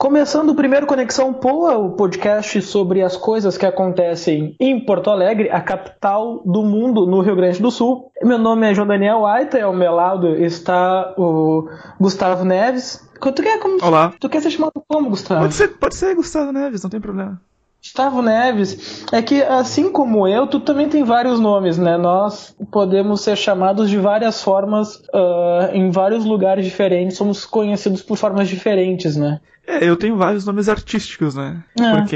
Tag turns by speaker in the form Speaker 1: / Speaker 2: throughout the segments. Speaker 1: Começando o primeiro Conexão Poa, o podcast sobre as coisas que acontecem em Porto Alegre, a capital do mundo no Rio Grande do Sul. Meu nome é João Daniel Aita, é o meu lado está o Gustavo Neves. Tu quer, como,
Speaker 2: Olá.
Speaker 1: Tu quer ser chamado como, Gustavo?
Speaker 2: Pode ser, pode ser Gustavo Neves, não tem problema.
Speaker 1: Gustavo Neves, é que assim como eu, tu também tem vários nomes, né? Nós podemos ser chamados de várias formas ah, em vários lugares diferentes, somos conhecidos por formas diferentes, né?
Speaker 2: É, eu tenho vários nomes artísticos, né?
Speaker 1: É.
Speaker 2: Porque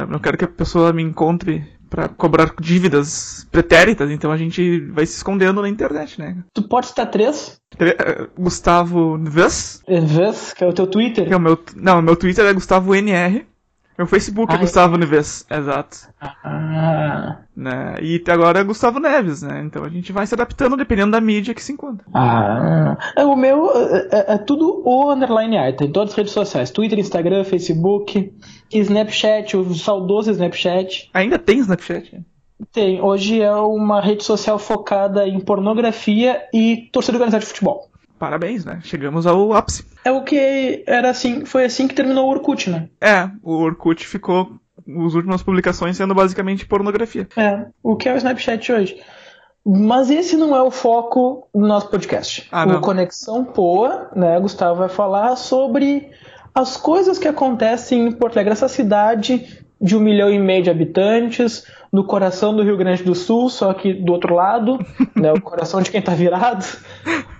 Speaker 2: eu não quero que a pessoa me encontre pra cobrar dívidas pretéritas, então a gente vai se escondendo na internet, né?
Speaker 1: Tu pode citar três
Speaker 2: Tre- eh, Gustavo Neves,
Speaker 1: vezes, que é o teu Twitter.
Speaker 2: que é o meu. Não, meu Twitter é Gustavo NR. Meu Facebook é
Speaker 1: Ah,
Speaker 2: Gustavo Neves, exato.
Speaker 1: Ah,
Speaker 2: Né? E até agora é Gustavo Neves, né? Então a gente vai se adaptando dependendo da mídia que se encontra.
Speaker 1: ah. É, o meu é, é- é tudo o underline Aita, em todas as redes sociais: Twitter, Instagram, Facebook, Snapchat, o saudoso Snapchat.
Speaker 2: Ainda tem Snapchat?
Speaker 1: Tem, hoje é uma rede social focada em pornografia e torcida organizada de futebol.
Speaker 2: Parabéns, né? Chegamos ao ápice.
Speaker 1: É o que era assim, foi assim que terminou o Orkut, né?
Speaker 2: É, o Orkut ficou as últimas publicações sendo basicamente pornografia.
Speaker 1: É, o que é o Snapchat hoje. Mas esse não é o foco do nosso podcast.
Speaker 2: Ah,
Speaker 1: o
Speaker 2: não.
Speaker 1: Conexão Poa, né, Gustavo vai falar sobre as coisas que acontecem em Porto Alegre, essa cidade de um milhão e meio de habitantes, no coração do Rio Grande do Sul, só que do outro lado, né, o coração de quem tá virado,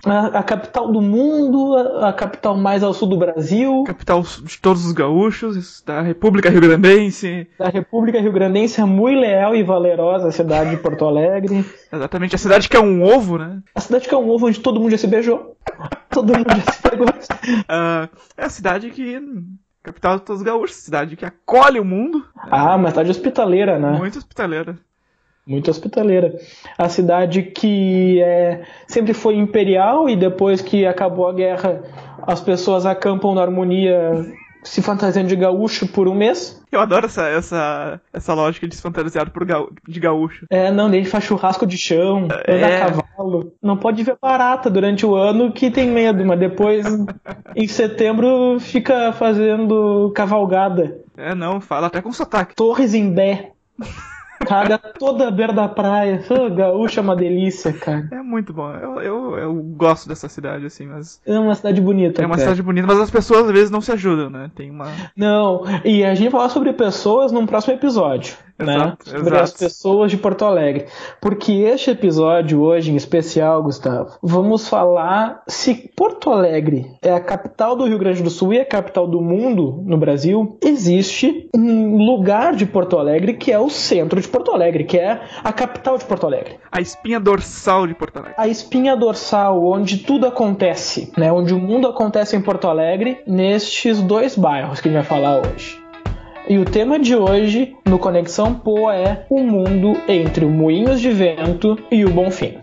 Speaker 1: a, a capital do mundo, a, a capital mais ao sul do Brasil,
Speaker 2: Capital de todos os gaúchos, da República Rio Grandense,
Speaker 1: da República Rio Grandense, é muito leal e valerosa a cidade de Porto Alegre.
Speaker 2: exatamente a cidade que é um ovo, né?
Speaker 1: A cidade que é um ovo onde todo mundo já se beijou. Todo mundo já se pegou.
Speaker 2: Ah, é a cidade que. Capital de todos os gaúchos, cidade que acolhe o mundo,
Speaker 1: Ah, uma cidade hospitaleira, né?
Speaker 2: muito hospitaleira.
Speaker 1: Muito hospitaleira. A cidade que é, sempre foi imperial e depois que acabou a guerra, as pessoas acampam na harmonia se fantasiando de gaúcho por um mês.
Speaker 2: Eu adoro essa, essa, essa lógica de se fantasiar por gaú- de gaúcho.
Speaker 1: É, não, daí a gente faz churrasco de chão, anda
Speaker 2: É.
Speaker 1: a cavalo. Não pode ver barata durante o ano que tem medo, mas depois, em setembro, fica fazendo cavalgada.
Speaker 2: É, não, fala até com sotaque.
Speaker 1: Torres em Bé. Caga toda a beira da praia. Ah, gaúcho é uma delícia, cara.
Speaker 2: É muito bom. Eu, eu, eu gosto dessa cidade, assim, mas.
Speaker 1: É uma cidade bonita.
Speaker 2: É uma
Speaker 1: cara.
Speaker 2: cidade bonita, mas as pessoas às vezes não se ajudam, né? Tem uma.
Speaker 1: Não, e a gente vai falar sobre pessoas num próximo episódio, né?
Speaker 2: Exato,
Speaker 1: sobre
Speaker 2: exato.
Speaker 1: as pessoas de Porto Alegre. Porque este episódio hoje, em especial, Gustavo, vamos falar se Porto Alegre é a capital do Rio Grande do Sul e a capital do mundo no Brasil, existe um lugar de Porto Alegre que é o centro de Porto Alegre, que é a capital de Porto Alegre.
Speaker 2: A espinha dorsal de Porto Alegre.
Speaker 1: a espinha dorsal onde tudo acontece, né? Onde o mundo acontece em Porto Alegre, nestes dois bairros que a gente vai falar hoje. E o tema de hoje no Conexão Poa é o mundo entre o Moinhos de Vento e o Bonfim.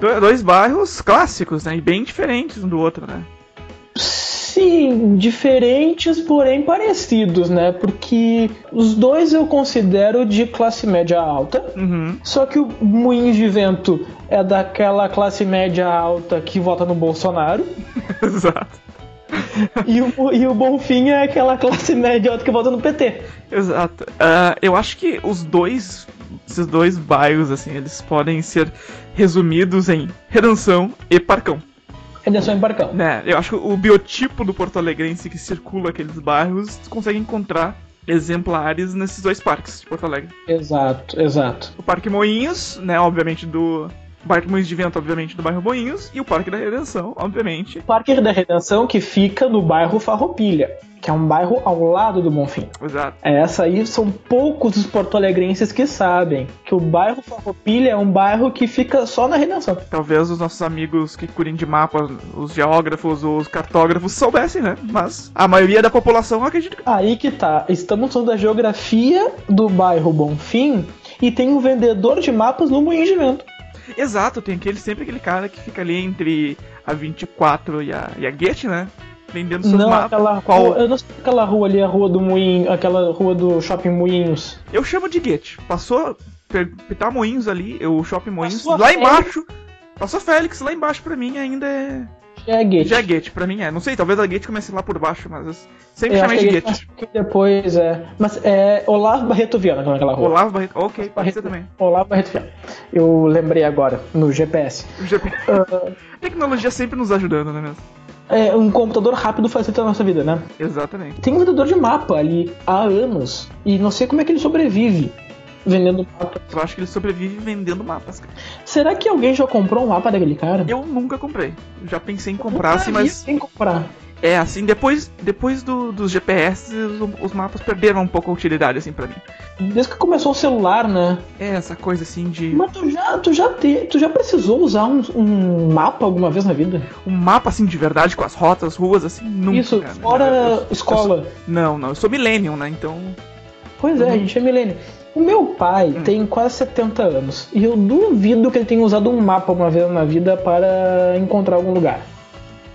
Speaker 2: Do- Dois bairros clássicos, né? E bem diferentes um do outro, né?
Speaker 1: Sim, diferentes, porém parecidos, né? Porque os dois eu considero de classe média alta,
Speaker 2: Uhum.
Speaker 1: Só que o Moinhos de Vento é daquela classe média alta que vota no Bolsonaro.
Speaker 2: Exato.
Speaker 1: E o, e o Bonfim é aquela classe média alta que vota no PT.
Speaker 2: Exato. Ah, eu acho que os dois. Esses dois bairros, assim, eles podem ser resumidos em Redenção e Parcão.
Speaker 1: Redenção em Barcão.
Speaker 2: Né? Eu acho que o biotipo do Porto Alegrense que circula aqueles bairros tu consegue encontrar exemplares nesses dois parques de Porto Alegre.
Speaker 1: Exato, exato.
Speaker 2: O Parque Moinhos, né, obviamente do o Parque Moinhos de Vento, obviamente do bairro Moinhos, e o Parque da Redenção, obviamente.
Speaker 1: O Parque da Redenção que fica no bairro Farroupilha, que é um bairro ao lado do Bonfim.
Speaker 2: Exato.
Speaker 1: É, Essa aí são poucos os porto-alegrenses que sabem que o bairro Farroupilha é um bairro que fica só na Redenção.
Speaker 2: Talvez os nossos amigos que curem de mapa, os geógrafos, os cartógrafos soubessem, né? Mas a maioria da população acredita que
Speaker 1: Aí que tá. Estamos falando da geografia do bairro Bonfim e tem um vendedor de mapas no Moinho de Vento.
Speaker 2: Exato, tem aquele sempre aquele cara que fica ali entre a 24 e a, e a Goethe, né? Vendendo seus
Speaker 1: não,
Speaker 2: mapas.
Speaker 1: aquela
Speaker 2: Qual-
Speaker 1: rua. Eu não sei aquela rua ali, a rua do Moinho, aquela rua do Shopping Moinhos.
Speaker 2: Eu chamo de Goethe. Passou per- Pitar Moinhos ali, o Shopping Moinhos,
Speaker 1: Passou a
Speaker 2: lá
Speaker 1: Félix.
Speaker 2: embaixo. Passou Félix lá embaixo pra mim ainda é.
Speaker 1: é Guete.
Speaker 2: Já é Guete, pra mim é. Não sei, talvez a Guete comece lá por baixo, mas eu sempre
Speaker 1: Eu acho
Speaker 2: chamei
Speaker 1: que
Speaker 2: de
Speaker 1: é
Speaker 2: Guete.
Speaker 1: acho que depois é. Mas é Olavo Barreto Viana, que é aquela rua.
Speaker 2: Olavo Barreto. Ok, pode ser também.
Speaker 1: Olavo Barreto Viana. Eu lembrei agora, no GPS.
Speaker 2: O GP. Tecnologia sempre nos ajudando, né mesmo?
Speaker 1: É, um computador rápido facilita a nossa vida, né?
Speaker 2: Exatamente.
Speaker 1: Tem um vendedor de mapa ali há anos e não sei como é que ele sobrevive vendendo mapa.
Speaker 2: Eu acho que ele sobrevive vendendo mapas, cara.
Speaker 1: Será que alguém já comprou um mapa daquele cara?
Speaker 2: Eu nunca comprei. Eu já pensei em comprar, assim,
Speaker 1: Nunca vi
Speaker 2: mas.
Speaker 1: alguém comprar.
Speaker 2: É, assim, depois, depois do- dos GPS, os, os mapas perderam um pouco a utilidade, assim, pra mim.
Speaker 1: Desde que começou o celular, né?
Speaker 2: É, essa coisa, assim, de.
Speaker 1: Mas tu já, tu já, te, tu já precisou usar um, um mapa alguma vez na vida?
Speaker 2: Um mapa, assim, de verdade, com as rotas, ruas, assim, nunca.
Speaker 1: Isso,
Speaker 2: cara. Eu-
Speaker 1: fora
Speaker 2: eu-
Speaker 1: escola.
Speaker 2: eu- não, não. Eu sou Millennium, né? Então.
Speaker 1: Pois
Speaker 2: Uhum.
Speaker 1: é, a gente é milênio. O meu pai tem quase 70 anos e eu duvido que ele tenha usado um mapa alguma vez na vida para encontrar algum lugar.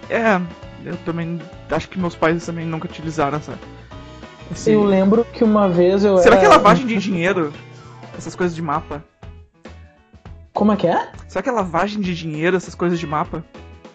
Speaker 2: É, eu também. Acho que meus pais também nunca utilizaram essa. esse-
Speaker 1: Eu lembro que uma vez eu
Speaker 2: Será
Speaker 1: era...
Speaker 2: que é lavagem de dinheiro? Essas coisas de mapa.
Speaker 1: Como é que é?
Speaker 2: Será que é lavagem de dinheiro, essas coisas de mapa?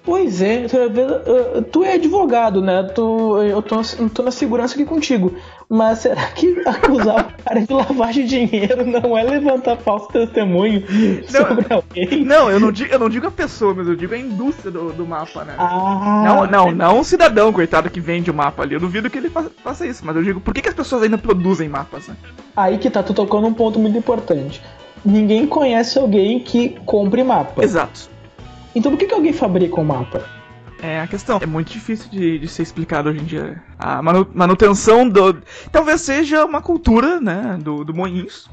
Speaker 1: Pois é, tu é, eh, tu é advogado, né? Tu, eu tô, eu tô na segurança aqui contigo. Mas será que acusar o cara de lavagem de dinheiro não é levantar falso testemunho sobre alguém?
Speaker 2: Não, eu não digo, eu não digo a pessoa, mas eu digo a indústria do, do mapa, né?
Speaker 1: Ah,
Speaker 2: Não, não, não um cidadão, coitado, que vende o mapa ali. Eu duvido que ele fa- faça isso, mas eu digo, por que, que as pessoas ainda produzem mapas, né?
Speaker 1: Aí que tá, tu tocando um ponto muito importante. Ninguém conhece alguém que compre mapa.
Speaker 2: Exato.
Speaker 1: Então por que, que alguém fabrica um mapa?
Speaker 2: É a questão. É muito difícil de, de ser explicado hoje em dia. A manu- manutenção do. Talvez seja uma cultura, né? Do, do Moinhos.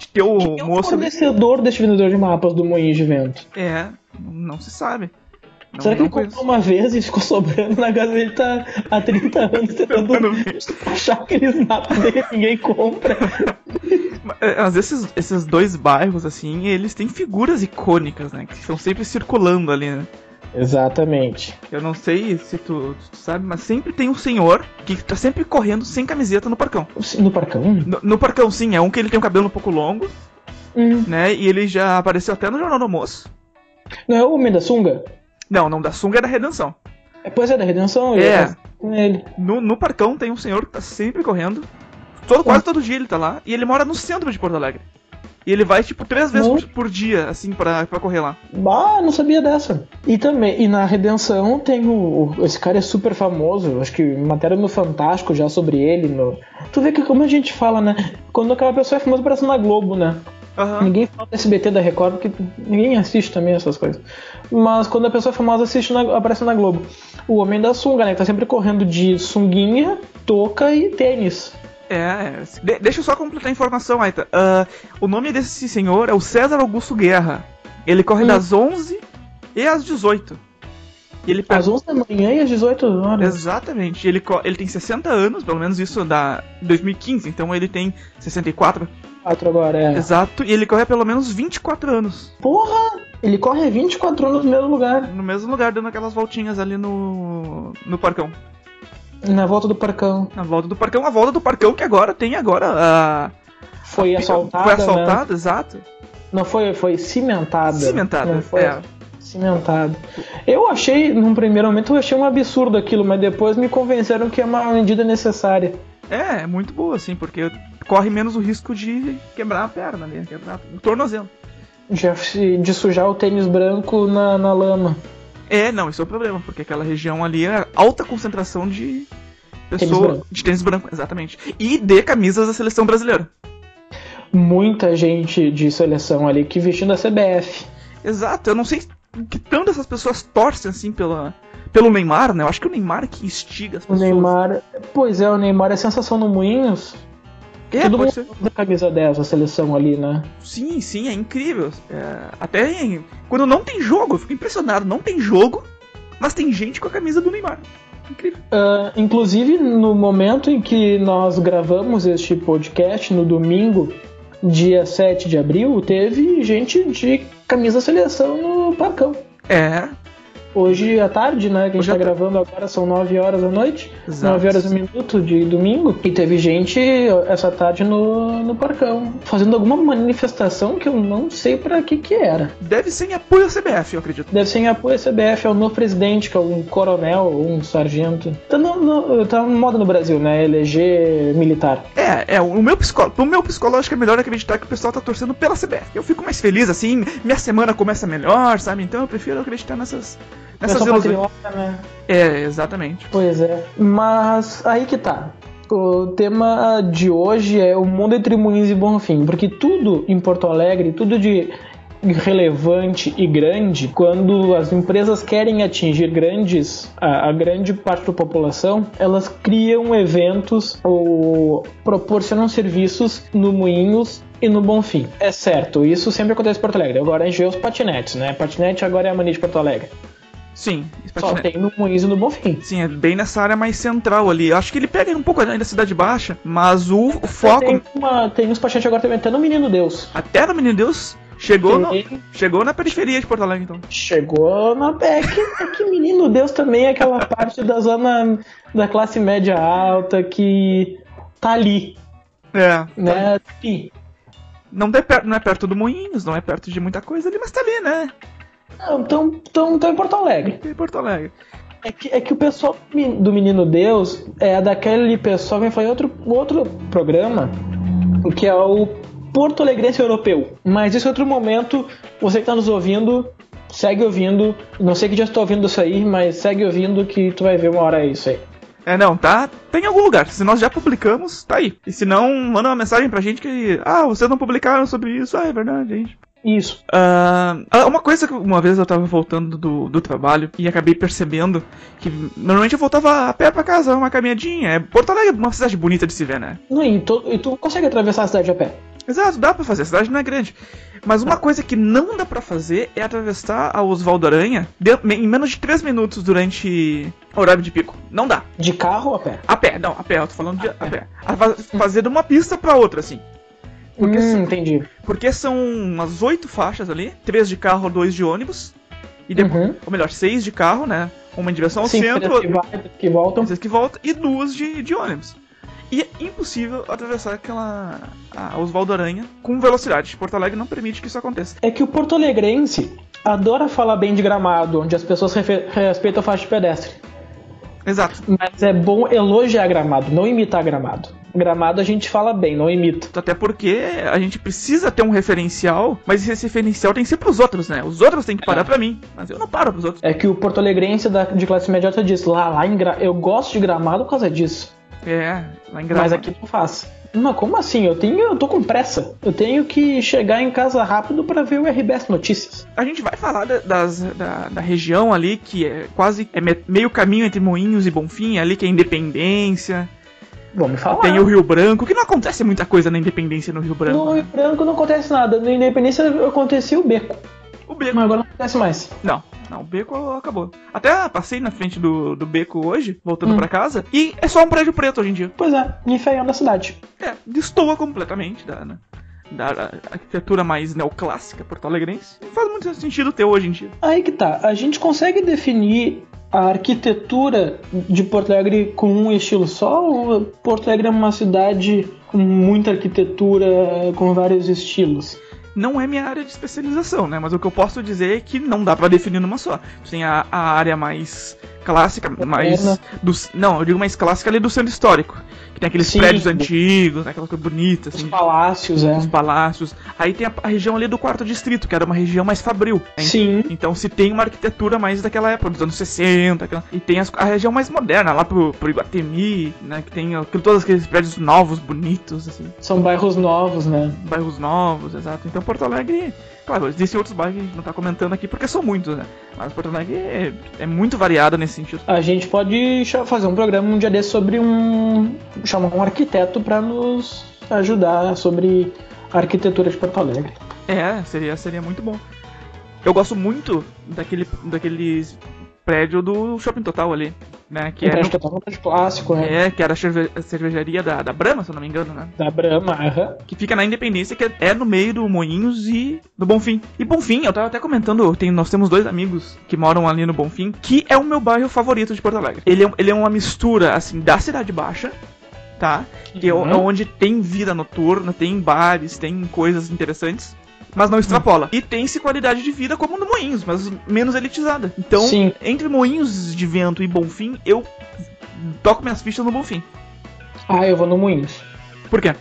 Speaker 2: De ter o
Speaker 1: Quem é o
Speaker 2: moço ali.
Speaker 1: fornecedor deste vendedor de mapas do Moinho de Vento?
Speaker 2: É, não se sabe. Não,
Speaker 1: Será que
Speaker 2: não
Speaker 1: ele comprou uma vez e ficou sobrando na casa dele tá há 30 anos tentando
Speaker 2: Tentando ver.
Speaker 1: achar aqueles mapas dele que ninguém compra?
Speaker 2: É, Mas esses, esses dois bairros, assim, eles têm figuras icônicas, né? Que estão sempre circulando ali, né?
Speaker 1: Exatamente.
Speaker 2: Eu não sei se tu, tu sabe, mas sempre tem um senhor que tá sempre correndo sem camiseta no parcão.
Speaker 1: No parcão?
Speaker 2: No, no parcão, sim, é um que ele tem um cabelo um pouco longo,
Speaker 1: Hum,
Speaker 2: né? E ele já apareceu até no Jornal do Almoço.
Speaker 1: Não é o homem da sunga?
Speaker 2: Não, não, da sunga é da redenção.
Speaker 1: É, Pois é, da redenção? eu
Speaker 2: É.
Speaker 1: ia falar com ele.
Speaker 2: No, no parcão tem um senhor que tá sempre correndo. Todo, quase todo dia ele tá lá. E ele mora no centro de Porto Alegre. E ele vai, tipo, três vezes
Speaker 1: Não.
Speaker 2: por, por dia, assim, pra, pra correr lá.
Speaker 1: Ah, não sabia dessa. E também, e na Redenção tem o, o- Esse cara é super famoso, acho que matéria no Fantástico já sobre ele. No, tu vê que como a gente fala, né? Quando aquela pessoa é famosa, parece na Globo, né?
Speaker 2: Aham.
Speaker 1: Ninguém fala do SBT da Record, porque ninguém assiste também essas coisas. Mas quando a pessoa é famosa, assiste na- aparece na Globo. O Homem da Sunga, né? Que tá sempre correndo de sunguinha, touca e tênis.
Speaker 2: É, é. De- deixa eu só completar a informação, Aita. Ah, o nome desse senhor é o César Augusto Guerra. Ele corre
Speaker 1: Hum.
Speaker 2: das 11 e às 18. E ele
Speaker 1: Às
Speaker 2: pega...
Speaker 1: 11 da manhã e às 18 horas.
Speaker 2: Exatamente. Ele, co- ele tem 60 anos, pelo menos isso da 2015, então ele tem 64.
Speaker 1: 4 agora, é.
Speaker 2: Exato. E ele corre há pelo menos 24 anos.
Speaker 1: Porra! Ele corre 24 anos no mesmo lugar.
Speaker 2: No mesmo lugar, dando aquelas voltinhas ali no. no parcão.
Speaker 1: Na volta do parcão.
Speaker 2: Na volta do parcão, a volta do parcão que agora tem agora. a-
Speaker 1: Foi assaltada.
Speaker 2: Foi
Speaker 1: Né?
Speaker 2: assaltada, exato.
Speaker 1: Não foi, foi cimentada.
Speaker 2: Cimentada.
Speaker 1: Não foi
Speaker 2: é.
Speaker 1: cimentada. Eu achei, num primeiro momento, eu achei um absurdo aquilo, mas depois me convenceram que é uma medida necessária.
Speaker 2: É, é muito boa, assim, porque corre menos o risco de quebrar a perna, né? Quebrar o tornozelo.
Speaker 1: Já se- de sujar o tênis branco na, na lama.
Speaker 2: É, não, isso é o problema, porque aquela região ali é alta concentração de pessoas
Speaker 1: branco.
Speaker 2: de tênis branco, exatamente. E de camisas da seleção brasileira.
Speaker 1: Muita gente de seleção ali que vestindo a CBF.
Speaker 2: Exato, eu não sei que tanto essas pessoas torcem assim pela, pelo Neymar, né? Eu acho que o Neymar que instiga as
Speaker 1: O
Speaker 2: pessoas.
Speaker 1: Neymar. Pois é, o Neymar é sensação no Moinhos.
Speaker 2: É,
Speaker 1: Todo
Speaker 2: pode
Speaker 1: mundo
Speaker 2: ser.
Speaker 1: usa a camisa 10, a seleção ali, né?
Speaker 2: Sim, sim, é incrível. É, até em- quando não tem jogo, eu fico impressionado. Não tem jogo, mas tem gente com a camisa do Neymar. Incrível.
Speaker 1: Ah, inclusive, no momento em que nós gravamos este podcast, no domingo, dia 7 de abril, teve gente de camisa seleção no Parcão.
Speaker 2: É.
Speaker 1: hoje à tarde, né? Que a gente
Speaker 2: Hoje à
Speaker 1: tá
Speaker 2: ta-
Speaker 1: gravando agora, são 9 horas da noite.
Speaker 2: Exato.
Speaker 1: 9 horas e um minuto de domingo. E teve gente essa tarde no, no parcão, fazendo alguma manifestação que eu não sei pra que que era.
Speaker 2: Deve ser em apoio à CBF, eu acredito.
Speaker 1: Deve ser em apoio à CBF, ao novo presidente, que é um coronel ou um sargento. Tá, no, no, tá uma moda no Brasil, né? Eleger militar.
Speaker 2: É, é, o meu psicólogo, pro meu psicológico é melhor acreditar que o pessoal tá torcendo pela CBF. Eu fico mais feliz assim, minha semana começa melhor, sabe? Então eu prefiro acreditar nessas nessas
Speaker 1: Nação
Speaker 2: ilusões.
Speaker 1: patriota, né?
Speaker 2: É, exatamente.
Speaker 1: Pois é. Mas aí que tá. O tema de hoje é o mundo entre Moinhos e Bonfim, porque tudo em Porto Alegre, tudo de relevante e grande, quando as empresas querem atingir grandes, a, a grande parte da população, elas criam eventos ou proporcionam serviços no Moinhos e no Bonfim. É certo, isso sempre acontece em Porto Alegre. Agora encheu os patinetes, né? Patinete agora é a mania de Porto Alegre.
Speaker 2: Sim,
Speaker 1: Só
Speaker 2: patinete.
Speaker 1: tem no Moinhos e no Bonfim.
Speaker 2: Sim, é bem nessa área mais central ali. Acho que ele pega um pouco ainda da Cidade Baixa, mas o, o foco
Speaker 1: Tem, uma, tem uns pacientes agora também, até no Menino Deus.
Speaker 2: até no Menino Deus chegou, no-
Speaker 1: Tem-
Speaker 2: chegou na periferia de Porto Alegre, então.
Speaker 1: Chegou na PEC. É que Menino Deus também é aquela parte da zona da classe média alta que tá ali,
Speaker 2: É,
Speaker 1: né? Tá ali.
Speaker 2: não, é per- não é perto do Moinhos, não é perto de muita coisa ali, mas tá ali, né?
Speaker 1: Não, tão, tão, tão em Porto Alegre.
Speaker 2: Tem Porto Alegre.
Speaker 1: É que, é que o pessoal men- do Menino Deus é daquele pessoal que foi outro, um outro programa, que é o Porto Alegrense Europeu. Mas isso é outro momento. Você que tá nos ouvindo, segue ouvindo. Não sei que já estou ouvindo isso aí, mas segue ouvindo que tu vai ver uma hora isso aí.
Speaker 2: É, não, tá? Tem em algum lugar. Se nós já publicamos, tá aí. E se não, manda uma mensagem pra gente que. Ah, vocês não publicaram sobre isso. Ah, é verdade, gente.
Speaker 1: Isso.
Speaker 2: Ah, uma coisa que uma vez eu tava voltando do, do trabalho e acabei percebendo que normalmente eu voltava a pé pra casa, uma caminhadinha. É, Porto Alegre é uma cidade bonita de se ver, né?
Speaker 1: Não, E tu, e tu consegue atravessar a cidade a pé.
Speaker 2: Exato, dá pra fazer, a cidade não é grande. Mas uma coisa que não dá pra fazer é atravessar a Oswaldo Aranha de- em menos de 3 minutos durante horário de pico. Não dá.
Speaker 1: De carro ou a pé?
Speaker 2: A pé, não, a pé, eu tô falando de a pé. A fa- fazer de uma pista pra outra, assim. Porque,
Speaker 1: hum,
Speaker 2: se-
Speaker 1: entendi.
Speaker 2: porque são umas oito faixas ali, três de carro, dois de ônibus. E depois,
Speaker 1: Uhum.
Speaker 2: ou melhor, seis de carro, né? Uma em direção ao
Speaker 1: Sim,
Speaker 2: centro,
Speaker 1: três que vai, três que voltam.
Speaker 2: vocês que voltam, e duas de, de ônibus. E é impossível atravessar aquela. a Oswaldo Aranha com velocidade. Porto Alegre não permite que isso aconteça.
Speaker 1: É que o Porto Alegrense adora falar bem de gramado, onde as pessoas refe- respeitam a faixa de pedestre.
Speaker 2: Exato.
Speaker 1: Mas é bom elogiar gramado, não imitar gramado. Gramado a gente fala bem, não imita.
Speaker 2: Até porque a gente precisa ter um referencial, mas esse referencial tem que ser pros outros, né? Os outros têm que parar pra mim. Mas eu não paro pros outros.
Speaker 1: É que o Porto Alegrense da- de classe média alta diz: lá, lá em gra... eu gosto de gramado por causa disso,
Speaker 2: É, lá
Speaker 1: mas
Speaker 2: em Gramado.
Speaker 1: aqui não faz. Não, como assim? Eu tenho, eu tô com pressa. Eu tenho que chegar em casa rápido pra ver o RBS Notícias.
Speaker 2: A gente vai falar da, das- da, da região ali que é quase é me- meio caminho entre Moinhos e Bonfim, ali que é Independência.
Speaker 1: Vamos falar.
Speaker 2: Tem o Rio Branco, que não acontece muita coisa na Independência no Rio Branco. né?
Speaker 1: No Rio Branco não acontece nada. Na Independência acontecia o beco,
Speaker 2: O beco.
Speaker 1: mas agora não acontece mais.
Speaker 2: Não, não, o beco acabou. Até passei na frente do, do beco hoje, voltando
Speaker 1: Hum.
Speaker 2: pra casa, e é só um prédio preto hoje em dia.
Speaker 1: Pois é, enfeiando a cidade.
Speaker 2: É, destoa completamente da, né, da arquitetura mais neoclássica porto-alegrense. Não faz muito sentido ter hoje em dia.
Speaker 1: Aí que tá. A gente consegue definir a arquitetura de Porto Alegre com um estilo só? Ou Porto Alegre é uma cidade com muita arquitetura, com vários estilos?
Speaker 2: não é minha área de especialização, né? Mas o que eu posso dizer é que não dá pra definir numa só. Tu tem a, a área mais clássica, mais. dos- não, eu digo mais clássica ali do centro histórico. Que tem aqueles
Speaker 1: Sim.
Speaker 2: prédios antigos, né? aquela coisa bonita,
Speaker 1: Os
Speaker 2: assim.
Speaker 1: palácios, é.
Speaker 2: Os palácios. Aí tem a, a região ali do quarto distrito, que era uma região mais fabril. né?
Speaker 1: Sim.
Speaker 2: Então se tem uma arquitetura mais daquela época, dos anos 60, aquela- e tem as- a região mais moderna, lá pro, pro Iguatemi, né? Que tem aquilo- todos aqueles prédios novos, bonitos, assim
Speaker 1: São bairros novos, né?
Speaker 2: bairros novos, exato. Então Porto Alegre, claro, existem outros bairros que a gente não tá comentando aqui porque são muitos, né? Mas Porto Alegre é, é muito variada nesse sentido.
Speaker 1: A gente pode cha- fazer um programa um dia desse sobre um. chamar um arquiteto para nos ajudar sobre a arquitetura de Porto Alegre.
Speaker 2: É, seria, seria muito bom. Eu gosto muito daquele, daqueles prédio do Shopping Total ali. né? Que
Speaker 1: Que
Speaker 2: é,
Speaker 1: acho que é uma de plástico, né?
Speaker 2: é, que era a cerve- a cervejaria da, da Brahma, se eu não me engano, né?
Speaker 1: Da Brahma, aham.
Speaker 2: que fica na Independência, que é no meio do Moinhos e do Bonfim. E Bonfim, eu tava até comentando, eu tenho- nós temos dois amigos que moram ali no Bonfim, que é o meu bairro favorito de Porto Alegre. Ele é, um- ele é uma mistura, assim, da Cidade Baixa, tá? Que é o- é
Speaker 1: Uhum.
Speaker 2: onde tem vida noturna, tem bares, tem coisas interessantes. Mas não extrapola. E tem-se qualidade de vida como no Moinhos, mas menos elitizada. Então,
Speaker 1: Sim.
Speaker 2: entre Moinhos de Vento e Bonfim, eu toco minhas fichas no Bonfim.
Speaker 1: Ah, eu vou no Moinhos.
Speaker 2: Por quê?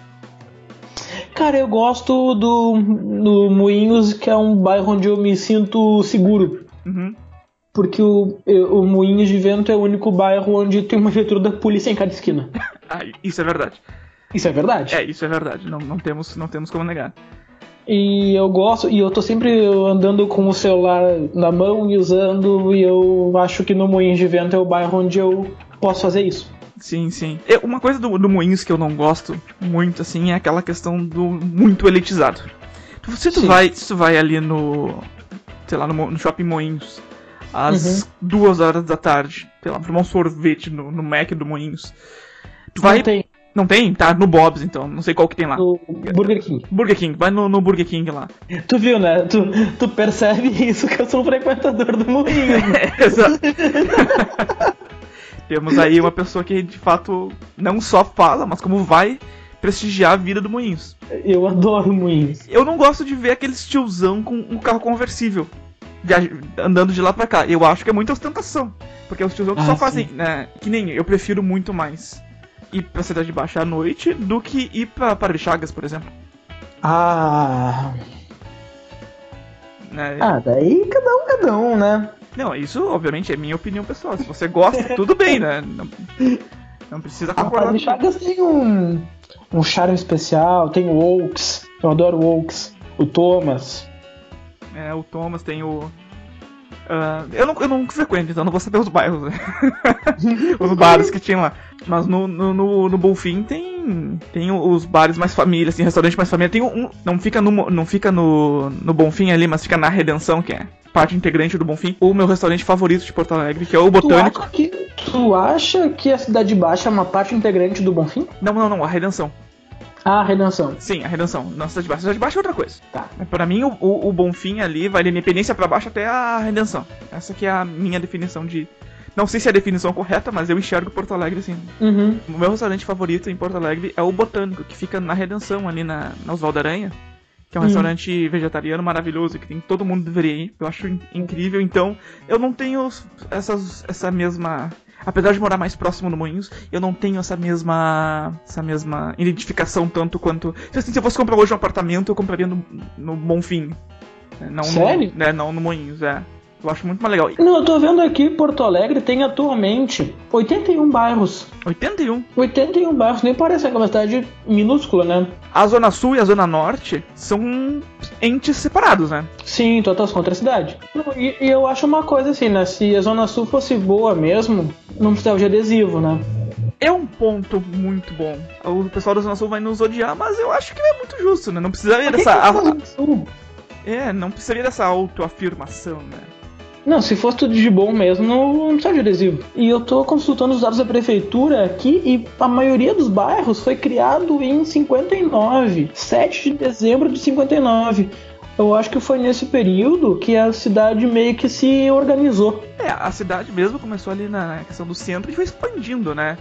Speaker 1: Cara, eu gosto do, do Moinhos, que é um bairro onde eu me sinto seguro.
Speaker 2: Uhum.
Speaker 1: Porque o, eu- o Moinhos de Vento é o único bairro onde tem uma viatura da polícia em cada esquina.
Speaker 2: Ah, isso é verdade.
Speaker 1: Isso é verdade.
Speaker 2: É, isso é verdade. Não, não, temos, não temos como negar.
Speaker 1: E eu gosto, e eu tô sempre andando com o celular na mão e usando, e eu acho que no Moinhos de Vento é o bairro onde eu posso fazer isso.
Speaker 2: Sim, sim. É, Uma coisa do, do Moinhos que eu não gosto muito, assim, é aquela questão do muito elitizado. Tu- Se tu,
Speaker 1: Sim.
Speaker 2: vai, se tu vai ali no. sei lá, no, Mo- no shopping Moinhos,
Speaker 1: Uhum.
Speaker 2: às duas horas da tarde, sei lá, tomar um sorvete no, no Mac do Moinhos. Tu vai.
Speaker 1: Não tem
Speaker 2: Não tem? Tá, no Bob's então, não sei qual que tem lá.
Speaker 1: no Burger King.
Speaker 2: Burger King, vai no, no Burger King lá.
Speaker 1: Tu viu, né? Tu, tu percebe isso que eu sou um frequentador do Moinhos. né?
Speaker 2: É, Exato. Temos aí uma pessoa que de fato não só fala, mas como vai prestigiar a vida do Moinhos.
Speaker 1: Eu adoro Moinhos.
Speaker 2: Eu não gosto de ver aqueles tiozão com um carro conversível viaj- andando de lá pra cá. Eu acho que é muita ostentação. Porque é os tiozão que
Speaker 1: Ah,
Speaker 2: só
Speaker 1: sim.
Speaker 2: fazem, né? Que nem eu, eu prefiro muito mais ir pra Cidade Baixa à noite do que ir pra, para Chagas, por exemplo.
Speaker 1: Ah.
Speaker 2: né?
Speaker 1: Ah, daí cada um, cada um, né?
Speaker 2: Não, isso obviamente é minha opinião pessoal. Se você gosta, tudo bem, né? Não, não precisa
Speaker 1: A
Speaker 2: concordar.
Speaker 1: Ah, Padre
Speaker 2: com-
Speaker 1: Chagas tem um, um charme especial, tem o Oaks, eu adoro o Oaks, o Thomas.
Speaker 2: É, o Thomas tem o. ah, eu, não, eu não frequento, então não vou saber os bairros, né? os bares que tinha lá. Mas no, no, no, no Bonfim tem, tem os bares mais família, assim, restaurante mais família. Tem um. Não fica no, não fica no, no Bonfim ali, mas fica na Redenção, que é parte integrante do Bonfim. O meu restaurante favorito de Porto Alegre, que é o Botânico.
Speaker 1: Tu acha, que, tu acha que a Cidade Baixa é uma parte integrante do Bonfim?
Speaker 2: Não, não, não, a Redenção.
Speaker 1: Ah, Redenção.
Speaker 2: Sim, a Redenção. Não, a Cidade Baixa. A Cidade Baixa é outra coisa.
Speaker 1: Tá.
Speaker 2: Pra mim, o, o, o Bonfim ali vai da independência pra baixo até a redenção. Essa que é a minha definição de. Não sei se é a definição correta, mas eu enxergo Porto Alegre assim.
Speaker 1: Uhum.
Speaker 2: O meu restaurante favorito em Porto Alegre é o Botânico, que fica na Redenção, ali na, na Oswaldo Aranha. Que é um
Speaker 1: Hum.
Speaker 2: restaurante vegetariano maravilhoso, que tem, todo mundo deveria ir. Eu acho in- incrível. Então, eu não tenho essas, essa mesma. Apesar de morar mais próximo do Moinhos, eu não tenho essa mesma. essa mesma identificação tanto quanto. Se, assim, se eu fosse comprar hoje um apartamento, eu compraria no, no Bonfim. né? Não
Speaker 1: Sério?
Speaker 2: No, né, não no Moinhos, é. Eu acho muito mais legal.
Speaker 1: Não, eu tô vendo aqui, Porto Alegre tem atualmente 81 bairros.
Speaker 2: 81.
Speaker 1: 81 bairros, nem parece que é uma cidade minúscula, né?
Speaker 2: A Zona Sul e a Zona Norte são entes separados, né?
Speaker 1: Sim, todas contra a cidade. Não, E, e eu acho uma coisa assim, né? Se a Zona Sul fosse boa mesmo, não precisava de adesivo, né?
Speaker 2: É um ponto muito bom. O pessoal da Zona Sul vai nos odiar, mas eu acho que é muito justo, né? Não precisaria
Speaker 1: Por que
Speaker 2: dessa.
Speaker 1: que a Zona Sul?
Speaker 2: É, não precisaria dessa autoafirmação, né?
Speaker 1: Não, se fosse tudo de bom mesmo, não, não precisa de adesivo. E eu tô consultando os dados da prefeitura aqui e a maioria dos bairros foi criado em 59, 7 de dezembro de 59. Eu acho que foi nesse período que a cidade meio que se organizou.
Speaker 2: É, a cidade mesmo começou ali na questão do centro e foi expandindo, né?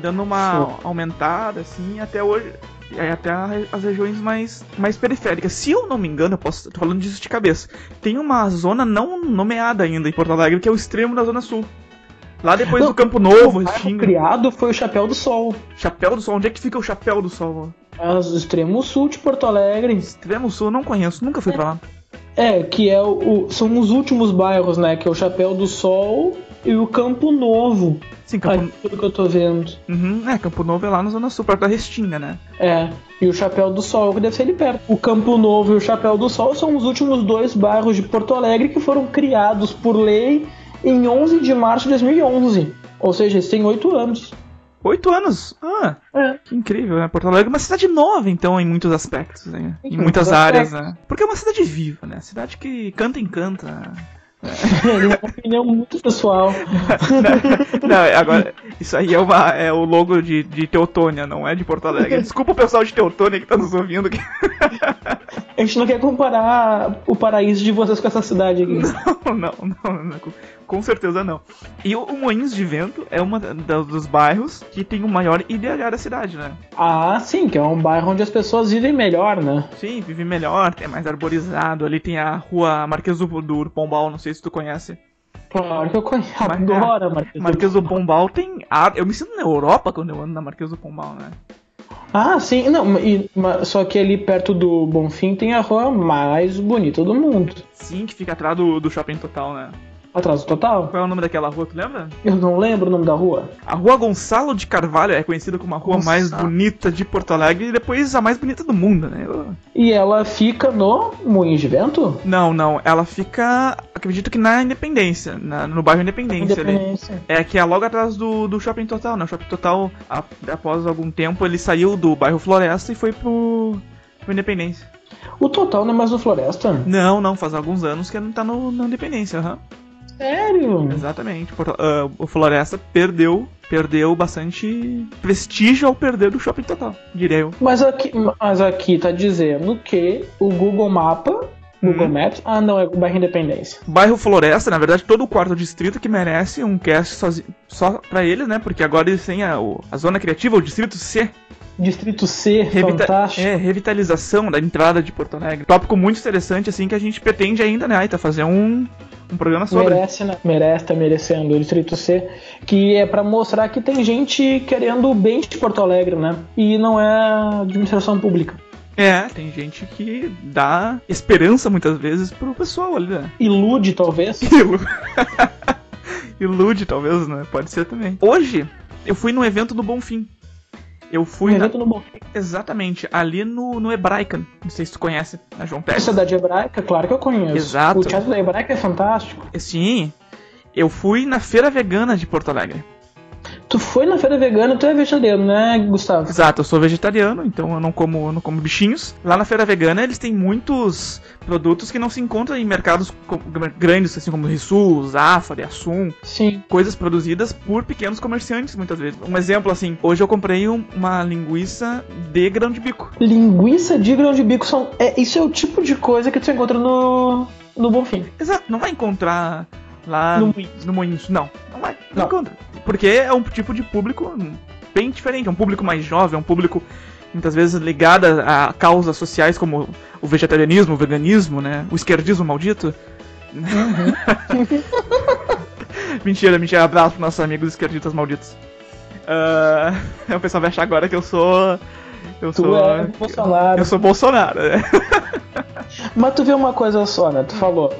Speaker 2: Dando uma aumentada, assim, até hoje. e aí Até a- as regiões mais, mais periféricas. Se eu não me engano, eu posso. tô falando disso de cabeça. Tem uma zona não nomeada ainda em Porto Alegre, que é o extremo da Zona Sul. Lá depois
Speaker 1: Não,
Speaker 2: do Campo Novo,
Speaker 1: o bairro
Speaker 2: Restinga.
Speaker 1: criado foi o Chapéu do Sol,
Speaker 2: Chapéu do Sol. Onde é que fica o Chapéu do Sol?
Speaker 1: mas o extremo sul de Porto Alegre.
Speaker 2: Extremo Sul, não conheço, nunca fui pra lá.
Speaker 1: É, que é o, o- são os últimos bairros, né? Que é o Chapéu do Sol e o Campo Novo.
Speaker 2: Sim, Campo,
Speaker 1: Aqui tudo que eu tô vendo.
Speaker 2: Uhum, é, Campo Novo é lá na Zona Sul, perto da Restinga, né?
Speaker 1: É, e o Chapéu do Sol, que deve ser ali perto. O Campo Novo e o Chapéu do Sol são os últimos dois bairros de Porto Alegre que foram criados por lei em 11 de março de 2011. Ou seja, eles têm oito anos.
Speaker 2: Oito anos! Ah,
Speaker 1: É.
Speaker 2: que incrível, né? Porto Alegre é uma cidade nova, então, em muitos aspectos, né?
Speaker 1: Em
Speaker 2: Em
Speaker 1: muitos
Speaker 2: muitas áreas,
Speaker 1: aspectos.
Speaker 2: né? Porque é uma cidade viva, né? Cidade que canta e encanta.
Speaker 1: Ele é uma opinião muito pessoal.
Speaker 2: Não, não, agora, isso aí é, uma, é o logo de, de Teotônia, não é de Porto Alegre. Desculpa o pessoal de Teotônia que tá nos ouvindo. Que...
Speaker 1: A gente não quer comparar o paraíso de vocês com essa cidade aqui.
Speaker 2: Não, não, não, não, com- com certeza não. E o o Moinhos de Vento é um dos bairros que tem o maior IDH da cidade, né?
Speaker 1: Ah, sim, que é um bairro onde as pessoas vivem melhor, né?
Speaker 2: Sim, vive melhor, é mais arborizado. Ali tem a rua Marquês do do Urpombal, não sei se tu conhece.
Speaker 1: Claro que eu conheço. Adoro, Marquês.
Speaker 2: é. Marquês do Pombal tem ar. Eu me sinto na Europa quando eu ando na Marquês do Pombal, né?
Speaker 1: Ah, sim, não, e- ma- só que ali perto do Bonfim tem a rua mais bonita do mundo.
Speaker 2: Sim, que fica atrás do, do shopping total, né?
Speaker 1: Atraso total?
Speaker 2: Qual é o nome daquela rua, tu lembra?
Speaker 1: Eu não lembro o nome da rua.
Speaker 2: A rua Gonçalo de Carvalho é conhecida como a rua
Speaker 1: Gonçalo.
Speaker 2: mais bonita de Porto Alegre e depois a mais bonita do mundo, né? Eu-
Speaker 1: E ela fica no Moinhos de Vento?
Speaker 2: Não, não, ela fica, acredito que na Independência, na- no bairro Independência, ali.
Speaker 1: Independência.
Speaker 2: É que é logo atrás do, do Shopping Total, né? O Shopping Total, a- após algum tempo, ele saiu do bairro Floresta e foi pro, pro Independência.
Speaker 1: O total não é mais no Floresta?
Speaker 2: Não, não, faz alguns anos que não tá no, na Independência, aham.
Speaker 1: Sério?
Speaker 2: Exatamente. Porto- ah, o Floresta perdeu, perdeu bastante prestígio ao perder do Shopping Total, diria eu.
Speaker 1: Mas aqui, mas aqui tá dizendo que o Google Mapa, Google
Speaker 2: Hum.
Speaker 1: Maps, ah não, é o bairro Independência.
Speaker 2: Bairro Floresta, na verdade, todo o quarto distrito que merece um cast sozi- só pra eles, né? Porque agora eles têm a, o- a zona criativa, o distrito C.
Speaker 1: Distrito C,
Speaker 2: Revita-
Speaker 1: fantástico.
Speaker 2: É, revitalização da entrada de Porto Alegre. Tópico muito interessante, assim, que a gente pretende ainda, né, Aita, fazer um, um programa sobre.
Speaker 1: Merece, né? Merece, tá merecendo. O Distrito C, que é pra mostrar que tem gente querendo o bem de Porto Alegre, né? E não é administração pública.
Speaker 2: É, tem gente que dá esperança muitas vezes pro pessoal ali, né?
Speaker 1: Ilude, talvez.
Speaker 2: Ilu- Ilude, talvez, né? Pode ser também. Hoje, eu fui num evento do Bonfim. Eu fui
Speaker 1: Um
Speaker 2: na-
Speaker 1: evento no Bonfim.
Speaker 2: exatamente ali no, no Hebraica. Não sei se tu conhece, na João Pérez.
Speaker 1: Sociedade Hebraica, claro que eu conheço.
Speaker 2: Exato.
Speaker 1: O Teatro da Hebraica é fantástico.
Speaker 2: Sim, eu fui na Feira Vegana de Porto Alegre.
Speaker 1: Tu foi na feira vegana, tu é vegetariano, né, Gustavo?
Speaker 2: Exato, eu sou vegetariano, então eu não como, eu não como bichinhos. Lá na Feira Vegana eles têm muitos produtos que não se encontram em mercados co- grandes, assim como Rissul, Zafari, Assum.
Speaker 1: Sim.
Speaker 2: coisas produzidas por pequenos comerciantes, muitas vezes. Um exemplo, assim, hoje eu comprei um- uma linguiça de grão de bico.
Speaker 1: Linguiça de grão de bico são. É, isso é o tipo de coisa que tu encontra no. No Bonfim.
Speaker 2: Exato, não vai encontrar lá
Speaker 1: No
Speaker 2: no,
Speaker 1: Moinhos.
Speaker 2: Moinhos. Não, não vai, não,
Speaker 1: Não.
Speaker 2: encontra. Porque é um tipo de público bem diferente, é um público mais jovem, é um público muitas vezes ligado a a causas sociais como o vegetarianismo, o veganismo, né, o esquerdismo maldito.
Speaker 1: Uhum.
Speaker 2: Mentira, mentira. Abraço pros nossos amigos esquerdistas malditos. Ah, o pessoal vai achar agora que eu sou. Eu
Speaker 1: Tu
Speaker 2: sou.
Speaker 1: é Bolsonaro.
Speaker 2: Eu sou Bolsonaro. né?
Speaker 1: Mas tu vê uma coisa só, né? Tu falou.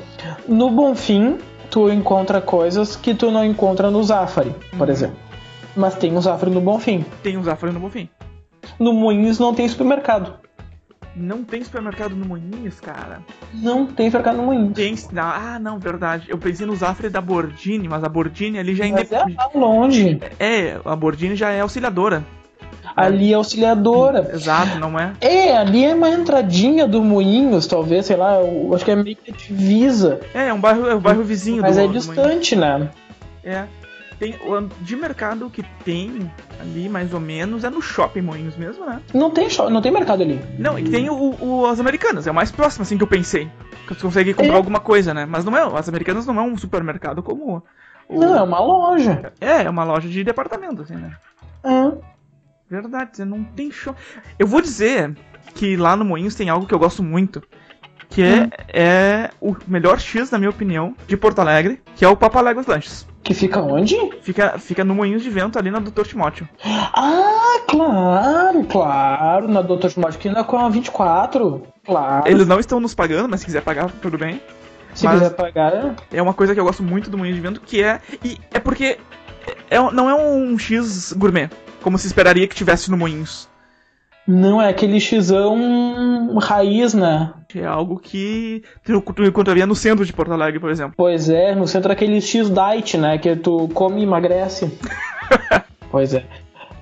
Speaker 1: No Bonfim, tu encontra coisas que tu não encontra no Zafari, por exemplo. Mas tem o Zafari no Bonfim.
Speaker 2: Tem um Zafari no Bonfim.
Speaker 1: No Moinhos não tem supermercado.
Speaker 2: Não tem supermercado no Moinhos, cara.
Speaker 1: Não tem supermercado no Moinhos.
Speaker 2: Tem. não, Ah, não, verdade. Eu pensei no Zafre da Bordini, mas a Bordini ali já é
Speaker 1: Mas é
Speaker 2: independente.
Speaker 1: lá longe.
Speaker 2: É, a Bordini já é auxiliadora.
Speaker 1: Ali é auxiliadora.
Speaker 2: Exato, não é?
Speaker 1: É, ali é uma entradinha do Moinhos, talvez, sei lá, eu acho que é meio que divisa.
Speaker 2: É, é um bairro, é um bairro vizinho
Speaker 1: Mas
Speaker 2: do
Speaker 1: é
Speaker 2: do Moinhos.
Speaker 1: distante, né?
Speaker 2: É. Tem, o- de mercado que tem ali, mais ou menos, é no shopping Moinhos mesmo, né?
Speaker 1: Não tem, shop- não tem mercado ali.
Speaker 2: Não, e tem o, o- as americanas, é o mais próximo, assim, que eu pensei. Que você consegue comprar
Speaker 1: É.
Speaker 2: alguma coisa, né? Mas não é, as americanas não é um supermercado como. o-
Speaker 1: Não, é uma loja.
Speaker 2: É, é uma loja de departamento, assim, né?
Speaker 1: É.
Speaker 2: Verdade, você não tem show. Eu vou dizer que lá no Moinhos tem algo que eu gosto muito. Que é,
Speaker 1: Hum.
Speaker 2: é o melhor X, na minha opinião, de Porto Alegre, que é o Papaléguas Lanches.
Speaker 1: Que fica onde?
Speaker 2: Fica, fica no Moinhos de Vento, ali na Doutor Timóteo.
Speaker 1: Ah, claro, claro. Na Doutor Timóteo que na com a 24. Claro.
Speaker 2: Eles não estão nos pagando, mas se quiser pagar, tudo bem.
Speaker 1: Se
Speaker 2: mas-
Speaker 1: quiser pagar.
Speaker 2: É uma coisa que eu gosto muito do Moinho de Vento, que é. E é porque é, um- não é um X gourmet, como se esperaria que tivesse no Moinhos.
Speaker 1: Não, é aquele xão raiz, né?
Speaker 2: É algo que tu, tu encontraria no centro de Porto Alegre, por exemplo.
Speaker 1: Pois é, no centro é aquele X diet, né? Que tu come e emagrece. pois é.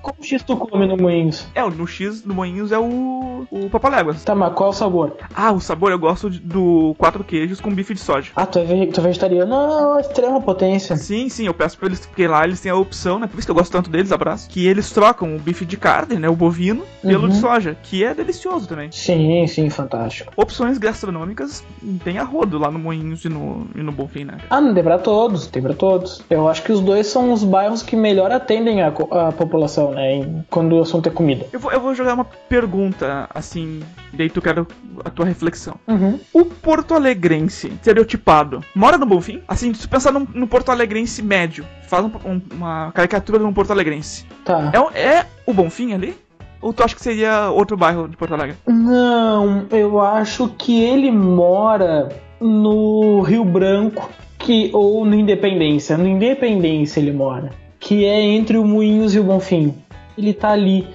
Speaker 1: Como X tu come no Moinhos?
Speaker 2: É, no X do Moinhos é o. o, o Papaléguas.
Speaker 1: Tá, mas qual é o sabor?
Speaker 2: Ah, o sabor eu gosto de- do quatro queijos com bife de soja.
Speaker 1: Ah, tu é, ve- tu é vegetariano à extrema potência.
Speaker 2: Sim, sim, eu peço pra eles, porque lá eles têm a opção, né? Por isso que eu gosto tanto deles, abraço. Que eles trocam o bife de carne, né? O bovino, pelo
Speaker 1: Uhum.
Speaker 2: de soja, que é delicioso também.
Speaker 1: Sim, sim, fantástico.
Speaker 2: Opções gastronômicas tem a rodo lá no Moinhos e no, e no Bonfim, né?
Speaker 1: Ah, não tem pra todos, tem pra todos. Eu acho que os dois são os bairros que melhor atendem a, co- a população, né? em- quando o assunto é comida.
Speaker 2: Eu vou, eu vou jogar uma pergunta, assim, daí tu quero a tua reflexão.
Speaker 1: Uhum.
Speaker 2: O porto alegrense estereotipado mora no Bonfim? Assim, se tu pensar num, num porto alegrense médio, faz um- um- uma caricatura de um porto alegrense.
Speaker 1: Tá.
Speaker 2: É, o- é o Bonfim ali? Ou tu acha que seria outro bairro de Porto Alegre?
Speaker 1: Não, eu acho que ele mora no Rio Branco que ou no Independência. No Independência ele mora, que é entre o Moinhos e o Bonfim. Ele tá ali.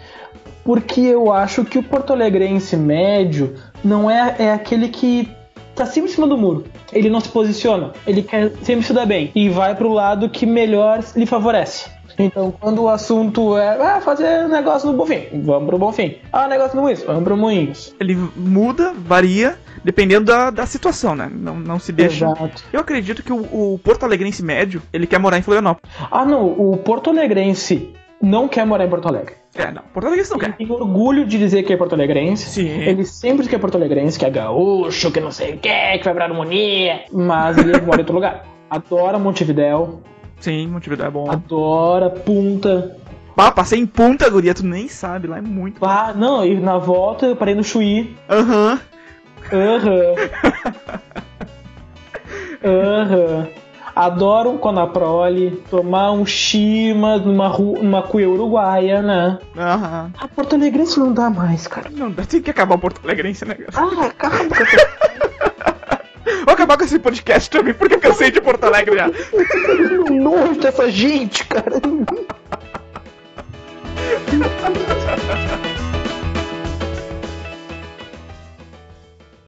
Speaker 1: Porque eu acho que o porto-alegrense médio não é, é aquele que tá sempre em cima do muro. Ele não se posiciona, ele quer sempre se dar bem e vai pro lado que melhor lhe favorece. Então, quando o assunto é ah, fazer negócio no Bonfim, vamos pro Bonfim. Ah, negócio no Moinhos, vamos pro Moinhos.
Speaker 2: Ele muda, varia, dependendo da, da situação, né? Não, não se deixa.
Speaker 1: Exato.
Speaker 2: Eu acredito que o, o porto alegrense médio, ele quer morar em Florianópolis.
Speaker 1: Ah, não, o porto-alegrense não quer morar em Porto Alegre.
Speaker 2: É, não. Porto alegrense não
Speaker 1: Ele
Speaker 2: quer.
Speaker 1: tem orgulho de dizer que é porto-alegrense.
Speaker 2: Sim.
Speaker 1: Ele sempre quer porto-alegrense, que é gaúcho, que não sei o que, que vai pra harmonia. Mas ele mora em outro lugar. Adora Montevidéu,
Speaker 2: Sim, Montevideo é bom.
Speaker 1: adora Punta.
Speaker 2: Pá, passei em Punta, guria, tu nem sabe, lá é muito. bom.
Speaker 1: Ah, não, e na volta eu parei no Chuí.
Speaker 2: Aham.
Speaker 1: Aham. Aham. Adoro um Conaprole, tomar um Chima numa, ru- numa cuia uruguaiana.
Speaker 2: Aham.
Speaker 1: A Porto Alegrense não dá mais, cara.
Speaker 2: Não, tem que acabar o Porto Alegrense, né? cara?
Speaker 1: Ah, acaba.
Speaker 2: Vou acabar com esse podcast também, porque eu cansei de Porto Alegre já.
Speaker 1: nojo dessa gente, cara.